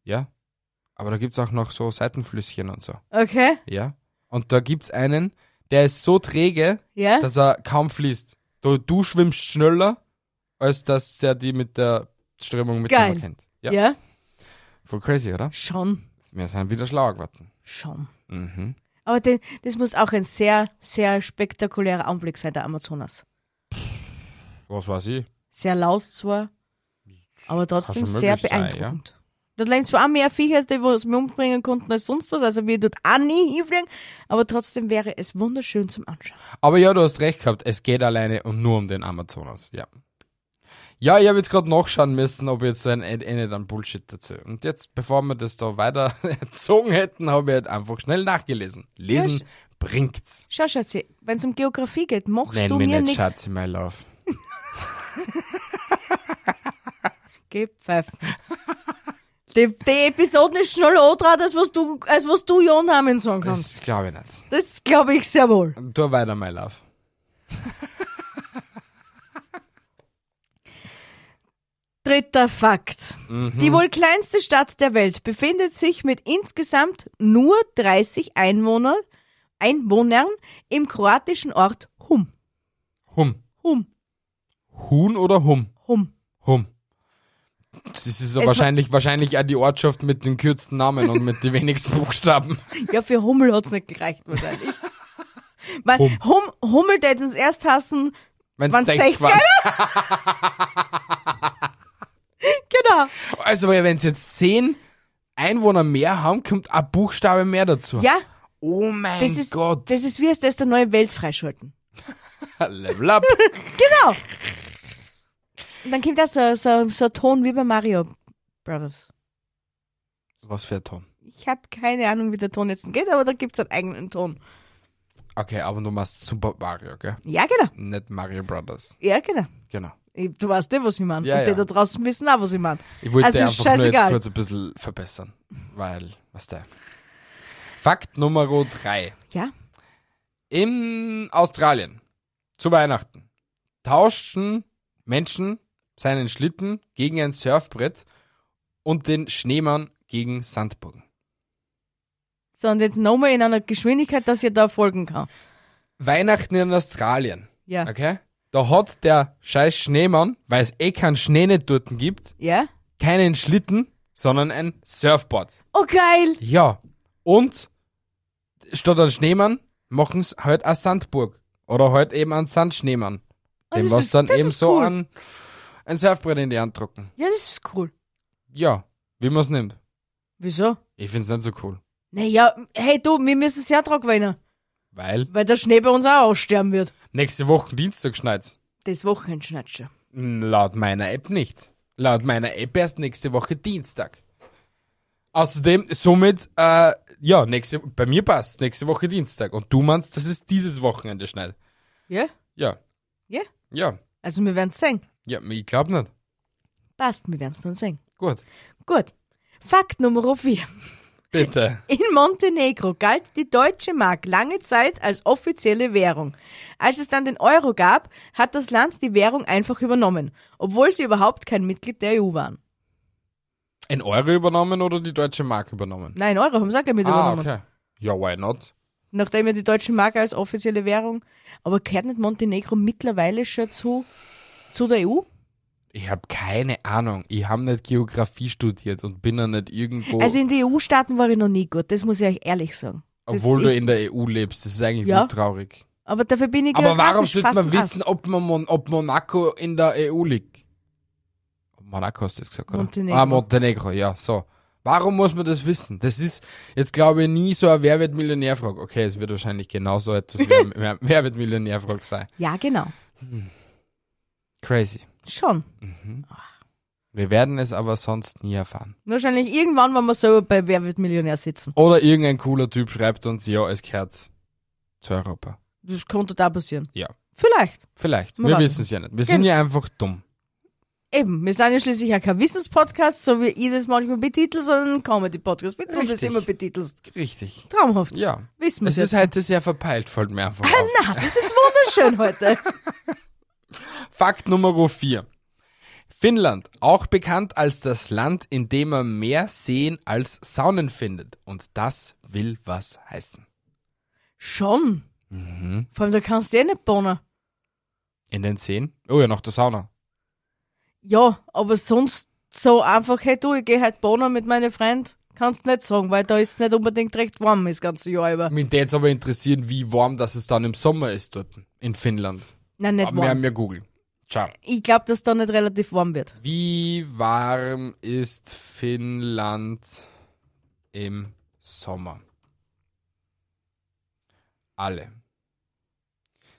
S1: Ja? Aber da gibt es auch noch so Seitenflüsschen und so.
S2: Okay.
S1: Ja? Und da gibt es einen, der ist so träge,
S2: Ja.
S1: dass er kaum fließt. Du, du schwimmst schneller, als dass der die mit der Strömung
S2: Geil.
S1: mitnehmen kennt.
S2: ja.
S1: Ja. Voll crazy, oder?
S2: Schon.
S1: Wir sind wieder schlauer geworden.
S2: Schon.
S1: Mhm.
S2: Aber den, das muss auch ein sehr, sehr spektakulärer Anblick sein, der Amazonas.
S1: Was weiß ich?
S2: Sehr laut zwar, aber trotzdem
S1: schon
S2: sehr
S1: möglich sein, ja.
S2: beeindruckend. Dort leben zwar auch mehr Viecher, die wir mir umbringen konnten als sonst was, also wir dort auch nie hinfliegen, aber trotzdem wäre es wunderschön zum Anschauen.
S1: Aber ja, du hast recht gehabt. Es geht alleine und nur um den Amazonas. Ja. Ja, ich habe jetzt gerade nachschauen müssen, ob ich jetzt so ein Ende eh nicht an Bullshit dazu. Und jetzt, bevor wir das da weiter erzogen hätten, habe ich halt einfach schnell nachgelesen. Lesen
S2: Ja,
S1: bringt's.
S2: Schau, Schatzi, wenn es um Geografie geht, machst
S1: Nenn
S2: du
S1: mich
S2: mir
S1: nicht
S2: nichts.
S1: Schatzi, my love.
S2: Gepfeif. Die, die Episode ist schneller angetragen, als was du, als was du Jon Hamen sagen kannst.
S1: Das glaube ich nicht.
S2: Das glaube ich sehr wohl.
S1: Tu weiter, my love.
S2: Dritter Fakt.
S1: Mhm.
S2: Die wohl kleinste Stadt der Welt befindet sich mit insgesamt nur 30 Einwohner, Einwohnern im kroatischen Ort Hum.
S1: Hum.
S2: Hum.
S1: Huhn oder Hum?
S2: Hum.
S1: Hum. Das ist so
S2: Es-
S1: wahrscheinlich, wahrscheinlich auch die Ortschaft mit den kürzesten Namen und mit den wenigsten Buchstaben.
S2: Ja, für Hummel hat's nicht gereicht wahrscheinlich. Weil
S1: Hum.
S2: hum. Hummel täten es erst hassen.
S1: Wenn's
S2: Wann's
S1: 60
S2: 60 Genau.
S1: Also, wenn es jetzt 10 Einwohner mehr haben, kommt ein Buchstabe mehr dazu.
S2: Ja,
S1: Oh mein
S2: das ist,
S1: Gott.
S2: das ist wie es das der neue Welt freischalten.
S1: Level up.
S2: Genau. Und dann kommt da so, so, so ein Ton wie bei Mario Brothers.
S1: Was für ein Ton.
S2: Ich habe keine Ahnung, wie der Ton jetzt geht, aber da gibt's einen eigenen Ton.
S1: Okay, aber du machst Super Mario, gell?
S2: Ja, genau.
S1: Nicht Mario Brothers.
S2: Ja, genau.
S1: Genau.
S2: Ich- Du weißt eh, was ich meine.
S1: Ja,
S2: Und die
S1: ja.
S2: da draußen wissen auch, was ich meine.
S1: Ich wollte
S2: Also ist
S1: einfach nur jetzt
S2: scheißegal.
S1: kurz ein bisschen verbessern, weil, was der. Fakt Nummer 3.
S2: Ja?
S1: In Australien, zu Weihnachten, tauschten Menschen seinen Schlitten gegen ein Surfbrett und den Schneemann gegen Sandburgen.
S2: So, und jetzt nochmal in einer Geschwindigkeit, dass ihr da folgen kann.
S1: Weihnachten in Australien,
S2: Ja.
S1: okay? Da hat der scheiß Schneemann, weil es eh keinen Schnee nicht dort gibt,
S2: Ja?
S1: keinen Schlitten, sondern ein Surfboard.
S2: Oh, geil!
S1: Ja. Und statt an Schneemann machen sie halt eine Sandburg. Oder halt eben einen Sandschneemann.
S2: Oh,
S1: Dem
S2: das
S1: was
S2: ist-
S1: dann
S2: das
S1: eben
S2: ist
S1: so
S2: cool.
S1: an ein Surfbrett in die Hand drucken.
S2: Ja, das ist cool.
S1: Ja, wie man es nimmt.
S2: Wieso?
S1: Ich find's nicht so cool.
S2: Naja, hey du, wir müssen sehr dran gewinnen,
S1: Weil
S2: weil der Schnee bei uns auch aussterben wird.
S1: nächste Woche Dienstag schneit's.
S2: Das Wochenende schneit schon.
S1: Hm, Laut meiner App nicht. Laut meiner App erst nächste Woche Dienstag. Außerdem, somit, äh, ja, nächste, bei mir passt nächste Woche Dienstag. Und du meinst, dass es dieses Wochenende schneit.
S2: Ja?
S1: Ja.
S2: Ja?
S1: Ja.
S2: Also wir werden's sehen.
S1: Ja, ich glaube nicht.
S2: Passt, wir werden's dann sehen.
S1: Gut.
S2: Gut. Fakt Nummer 4.
S1: Bitte.
S2: In Montenegro galt die deutsche Mark lange Zeit als offizielle Währung. Als es dann den Euro gab, hat das Land die Währung einfach übernommen, obwohl sie überhaupt kein Mitglied der EU waren.
S1: Ein Euro übernommen oder die deutsche Mark übernommen?
S2: Nein, Euro haben sie auch gleich mit
S1: Ah,
S2: übernommen.
S1: okay. Ja, why not?
S2: Nachdem ja die deutsche Mark als offizielle Währung, aber gehört nicht Montenegro mittlerweile schon zu, zu der E EU?
S1: Ich habe keine Ahnung. Ich habe nicht Geografie studiert und bin ja nicht irgendwo,
S2: Also in die EU-Staaten war ich noch nie gut, das muss ich euch ehrlich sagen. Das
S1: obwohl
S2: ist
S1: du
S2: eh-
S1: in der EU lebst. Das ist eigentlich
S2: Ja.
S1: ja. traurig.
S2: aber dafür bin ich
S1: Aber warum
S2: geografisch
S1: sollte
S2: fast
S1: man
S2: ein
S1: wissen,
S2: Ass.
S1: ob, man Mon ob Monaco E in der EU liegt? Monaco hast du das gesagt, oder?
S2: Montenegro.
S1: Ah, Montenegro, ja, so. Warum muss man das wissen? Das ist jetzt, glaube ich, nie so eine Wer wird Millionär-Frage. Okay, es wird wahrscheinlich genauso etwas wie eine Wer- Wer wird Millionär-Frage sein.
S2: Ja, genau.
S1: Crazy.
S2: Schon.
S1: Wir werden es aber sonst nie erfahren.
S2: Wahrscheinlich irgendwann, wenn wir selber bei Wer wird Millionär sitzen.
S1: Oder irgendein cooler Typ schreibt uns, ja, es gehört zu Europa.
S2: Das könnte da passieren.
S1: Ja.
S2: Vielleicht.
S1: Vielleicht.
S2: Man
S1: wir
S2: weiß
S1: wissen es ja nicht. Wir sind
S2: Genau.
S1: ja einfach dumm.
S2: Eben, wir sind ja schließlich auch kein Wissenspodcast, so wie ich das manchmal betitel, sondern ein Comedy-Podcast, mit dem du das
S1: Richtig.
S2: immer betitelst.
S1: Richtig.
S2: Traumhaft.
S1: Ja.
S2: Wissen wir
S1: Es ist halt
S2: jetzt. Ah,
S1: heute sehr verpeilt, fällt mir einfach auf.
S2: Na, das ist wunderschön heute.
S1: Fakt Nummer 4. Finnland, auch bekannt als das Land, in dem man mehr Seen als Saunen findet. Und das will was heißen.
S2: Schon.
S1: Mhm.
S2: Vor allem, da kannst du eh nicht bohnen.
S1: In den Seen? Oh ja, nach der Sauna.
S2: Ja, aber sonst so einfach, hey du, ich geh halt bohnen mit meinen Freunden. Kannst nicht sagen, weil da ist es nicht unbedingt recht warm das ganze Jahr über.
S1: Mich jetzt aber interessieren, wie warm das es dann im Sommer ist dort in Finnland.
S2: Nein, nicht
S1: aber wir haben
S2: warm.
S1: ja Google. Ciao.
S2: Ich glaube, dass da nicht relativ warm wird.
S1: Wie warm ist Finnland im Sommer? Alle.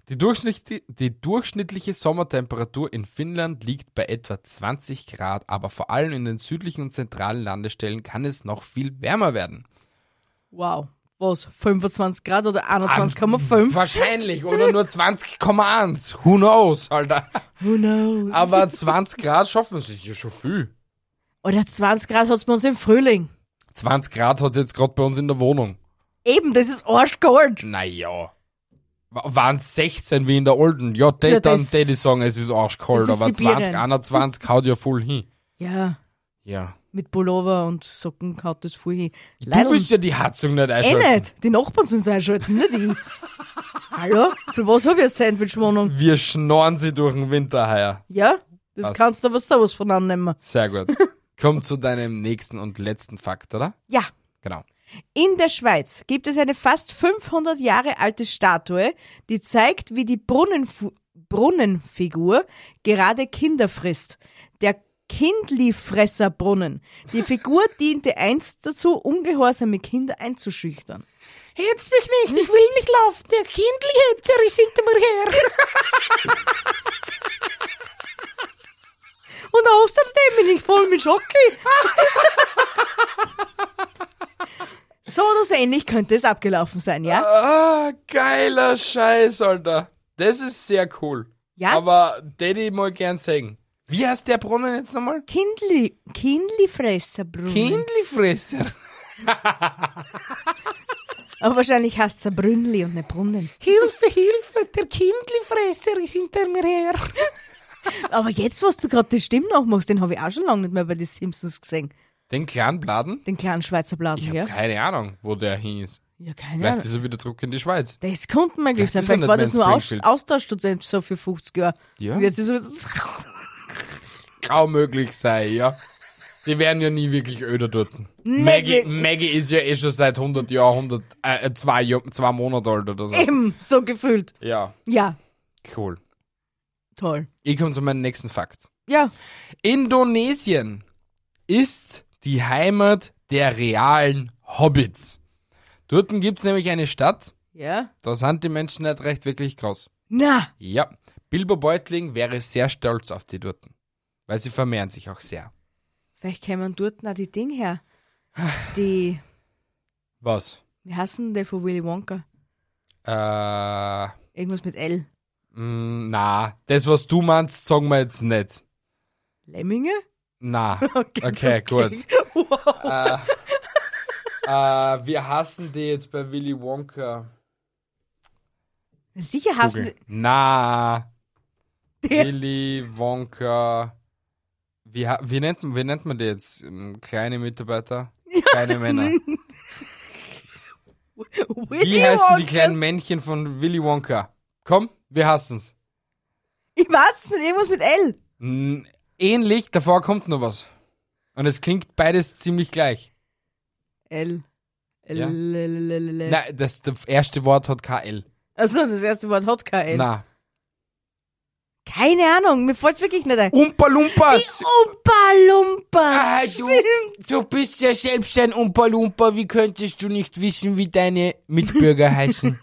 S1: Die, durchschnittli- die durchschnittliche Sommertemperatur in Finnland liegt bei etwa 20 Grad, aber vor allem in den südlichen und zentralen Landestellen kann es noch viel wärmer werden.
S2: Wow. Was? 25 Grad oder
S1: An-
S2: 21,5?
S1: Wahrscheinlich, oder nur 20,1. Who knows, Alter.
S2: Who knows?
S1: Aber 20 Grad schaffen sie ja schon viel.
S2: oder 20 Grad hat's bei uns im Frühling.
S1: 20 Grad hat es jetzt gerade bei uns in der Wohnung.
S2: Eben, das ist arschkalt.
S1: Naja. Waren 16 wie in der Olden. Ja, tät,
S2: Ja,
S1: dann
S2: das-
S1: tät ich sagen, es ist arschkalt,
S2: Das ist
S1: aber
S2: Sibirien.
S1: 20, 21 haut ja voll hin.
S2: Ja,
S1: Ja.
S2: mit Pullover und Socken haut das voll hin.
S1: Du willst ja die Heizung nicht
S2: eh
S1: einschalten.
S2: nicht. Die Nachbarn sollen es einschalten, nicht ich. Hallo? Für was habe ich eine Sandwich-Wohnung?
S1: Wir schnorren sie durch den Winter heuer.
S2: Ja, das
S1: Passt.
S2: kannst du aber sowas von annehmen.
S1: Sehr gut. Komm zu deinem nächsten und letzten Fakt, oder?
S2: Ja,
S1: Genau.
S2: in der Schweiz gibt es eine fast 500 Jahre alte Statue, die zeigt, wie die Brunnenfu Brunnenfigur gerade Kinder frisst. Der Kindlifresserbrunnen. Die Figur diente einst dazu, ungehorsame Kinder einzuschüchtern.
S1: Jetzt mich nicht, ich will nicht laufen. Der Kindli ist hinter mir her.
S2: Und außerdem bin ich voll mit Schocke. so oder so ähnlich könnte es abgelaufen sein, ja?
S1: Ah, geiler Scheiß, Alter. Das ist sehr cool.
S2: Ja?
S1: Aber Daddy mal gern sagen. Wie heißt der Brunnen jetzt nochmal?
S2: Kindli, Kindlifresserbrunnen.
S1: Kindlifresser.
S2: Aber wahrscheinlich heißt es ein Brünnli und nicht Brunnen.
S1: Hilfe, Hilfe, der Kindlifresser ist hinter mir her.
S2: Aber jetzt, was du gerade die Stimme nachmachst, den habe ich auch schon lange nicht mehr bei den Simpsons gesehen.
S1: Den kleinen Bladen?
S2: Den kleinen Schweizer
S1: Ich
S2: Bladen,
S1: habe
S2: ja?
S1: keine Ahnung, wo der hin ist.
S2: Ja, keine
S1: Vielleicht
S2: Ahnung.
S1: ist er wieder zurück in die Schweiz.
S2: Das konnte möglich
S1: Vielleicht
S2: sein.
S1: ist er nicht
S2: Vielleicht war
S1: mehr
S2: das
S1: in
S2: nur Aus
S1: Springfield.
S2: Austauschstudent so für 50 Jahre.
S1: Ja.
S2: Und jetzt ist er...
S1: Kaum möglich sein, ja. Die werden ja nie wirklich öder dort. Maggie,
S2: wirklich.
S1: Maggie ist ja eh schon seit 100 Jahren, 100, äh, zwei, Jahr- zwei Monate alt oder so.
S2: Eben, so gefühlt.
S1: Ja,
S2: Ja,
S1: cool.
S2: toll.
S1: Ich komme zu meinem nächsten Fakt.
S2: Ja,
S1: Indonesien ist die Heimat der realen Hobbits. Dort gibt's nämlich eine Stadt,
S2: ja.
S1: da sind die Menschen nicht recht wirklich groß.
S2: Na,
S1: Ja, Bilbo Beutling wäre sehr stolz auf die Durten, weil sie vermehren sich auch sehr.
S2: Vielleicht kämen dort noch die Ding her. Die,
S1: Was?
S2: wie heißen die von Willy Wonka?
S1: Äh,
S2: Irgendwas mit L.
S1: mh, na, das was du meinst, sagen wir jetzt nicht.
S2: Lemminge?
S1: Na,
S2: Okay,
S1: okay, gut.
S2: gut. Wow.
S1: äh, äh, wir hassen die jetzt bei Willy Wonka.
S2: Sicher hassen
S1: Google. Na.
S2: die. die
S1: Willy Wonka. Wie, ha- wie, nennt, man- wie nennt man die jetzt? Ähm, Kleine Mitarbeiter? Kleine Männer.
S2: Willy
S1: Wie heißen die
S2: Wonkas.
S1: kleinen Männchen von Willy Wonka? Komm, wir hassen's.
S2: Ich weiß es nicht, irgendwas mit L.
S1: N- Hm, Ähnlich, davor kommt noch was. Und es klingt beides ziemlich gleich.
S2: L. L.
S1: Ja.
S2: L, L, L, L.
S1: Nein, das, das erste Wort hat KL.
S2: Achso, das erste Wort hat kein L.
S1: Na,
S2: Keine Ahnung, mir fällt's wirklich nicht ein.
S1: Umpa Lumpas!
S2: Opa
S1: Ah,
S2: Lumpa!
S1: du,
S2: Stimmt!
S1: du bist ja selbst ein Umpa Lumpa. Wie könntest du nicht wissen, wie deine Mitbürger heißen?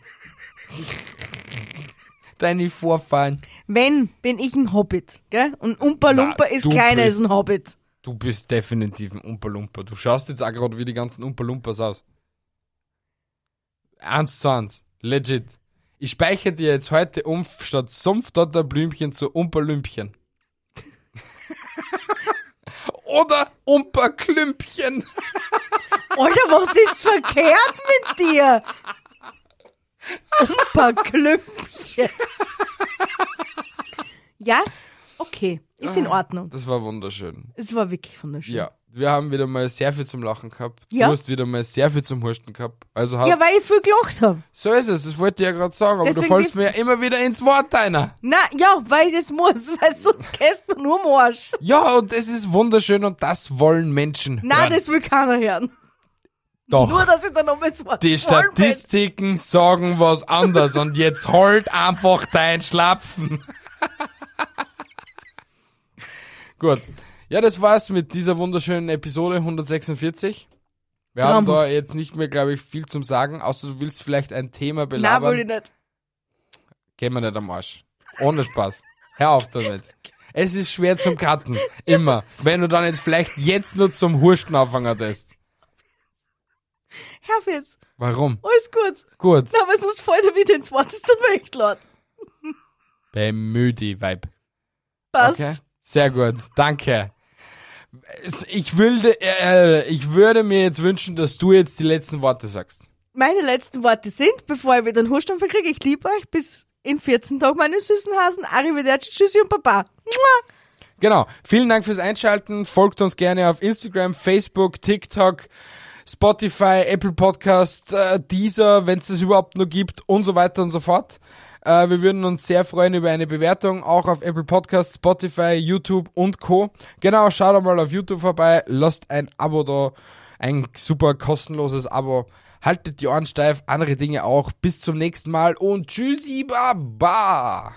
S1: Deine Vorfahren.
S2: Wenn, bin ich ein Hobbit, gell? Und Umpa
S1: Na,
S2: Lumpa ist
S1: du
S2: kleiner
S1: bist-
S2: als ein Hobbit.
S1: Du bist definitiv ein Umpa Lumpa. Du schaust jetzt auch gerade wie die ganzen Umpa Lumpas aus. Eins zu eins. Legit. Ich speichere dir jetzt heute um statt Sumpfdotterblümchen zu Umpa-Lümpchen. Oder Umpa-Klümpchen.
S2: Alter, was ist verkehrt mit dir? Umpa Klümpchen. Ja? Okay, ist in Ordnung.
S1: Das war wunderschön.
S2: Es war wirklich wunderschön.
S1: Ah. Ja, wir haben wieder mal sehr viel zum Lachen gehabt.
S2: Ja.
S1: Du hast wieder mal sehr viel zum Hurschten gehabt. Also hat,
S2: Ja, weil ich viel gelacht habe.
S1: so ist es, das wollte ich ja gerade sagen, aber
S2: Deswegen
S1: du fällst
S2: die-
S1: mir ja immer wieder ins Wort einer.
S2: Na, ja, weil ich das muss, weil sonst käst man nur am Arsch.
S1: Ja, und es ist wunderschön und das wollen Menschen.
S2: Na,
S1: hören.
S2: das will keiner hören. Nur,
S1: Doch.
S2: dass ich dann nochmal ins Wort
S1: Die
S2: gefallen bin.
S1: Statistiken sagen was anderes und jetzt halt einfach dein Schlapfen. Gut. Ja, das war's mit dieser wunderschönen Episode 146. Wir haben da
S2: Traumhaft.
S1: jetzt nicht mehr, glaube ich, viel zum Sagen, außer du willst vielleicht ein Thema
S2: Na,
S1: belabern.
S2: will ich nicht.
S1: Gehen wir nicht am Arsch. Ohne Spaß. Hör auf damit. Es ist schwer zum Cutten. Immer. Wenn du dann jetzt vielleicht jetzt nur zum Hurschten anfangen tust.
S2: Herr jetzt,
S1: Warum?
S2: alles gut.
S1: Gut.
S2: Na, aber sonst fällt er wieder ins Wort, das tut mir echt leid.
S1: Bemühe dich, Weib.
S2: Passt.
S1: Okay? Sehr gut. Danke. Ich würde, äh, ich würde mir jetzt wünschen, dass du jetzt die letzten Worte sagst.
S2: Meine letzten Worte sind, bevor ich wieder einen Hurstum verkriege, ich liebe euch bis in 14 Tagen, meine süßen Hasen. Arrivederci, tschüssi und Baba. Mua.
S1: Genau. Vielen Dank fürs Einschalten. Folgt uns gerne auf Instagram, Facebook, TikTok, Spotify, Apple Podcast, äh, Deezer, wenn es das überhaupt nur gibt und so weiter und so fort. Äh, wir würden uns sehr freuen über eine Bewertung, auch auf Apple Podcast, Spotify, YouTube und Co. Genau, schaut einmal auf YouTube vorbei, lasst ein Abo da, ein super kostenloses Abo. Haltet die Ohren steif, andere Dinge auch. Bis zum nächsten Mal und tschüssi, baba!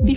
S3: Wie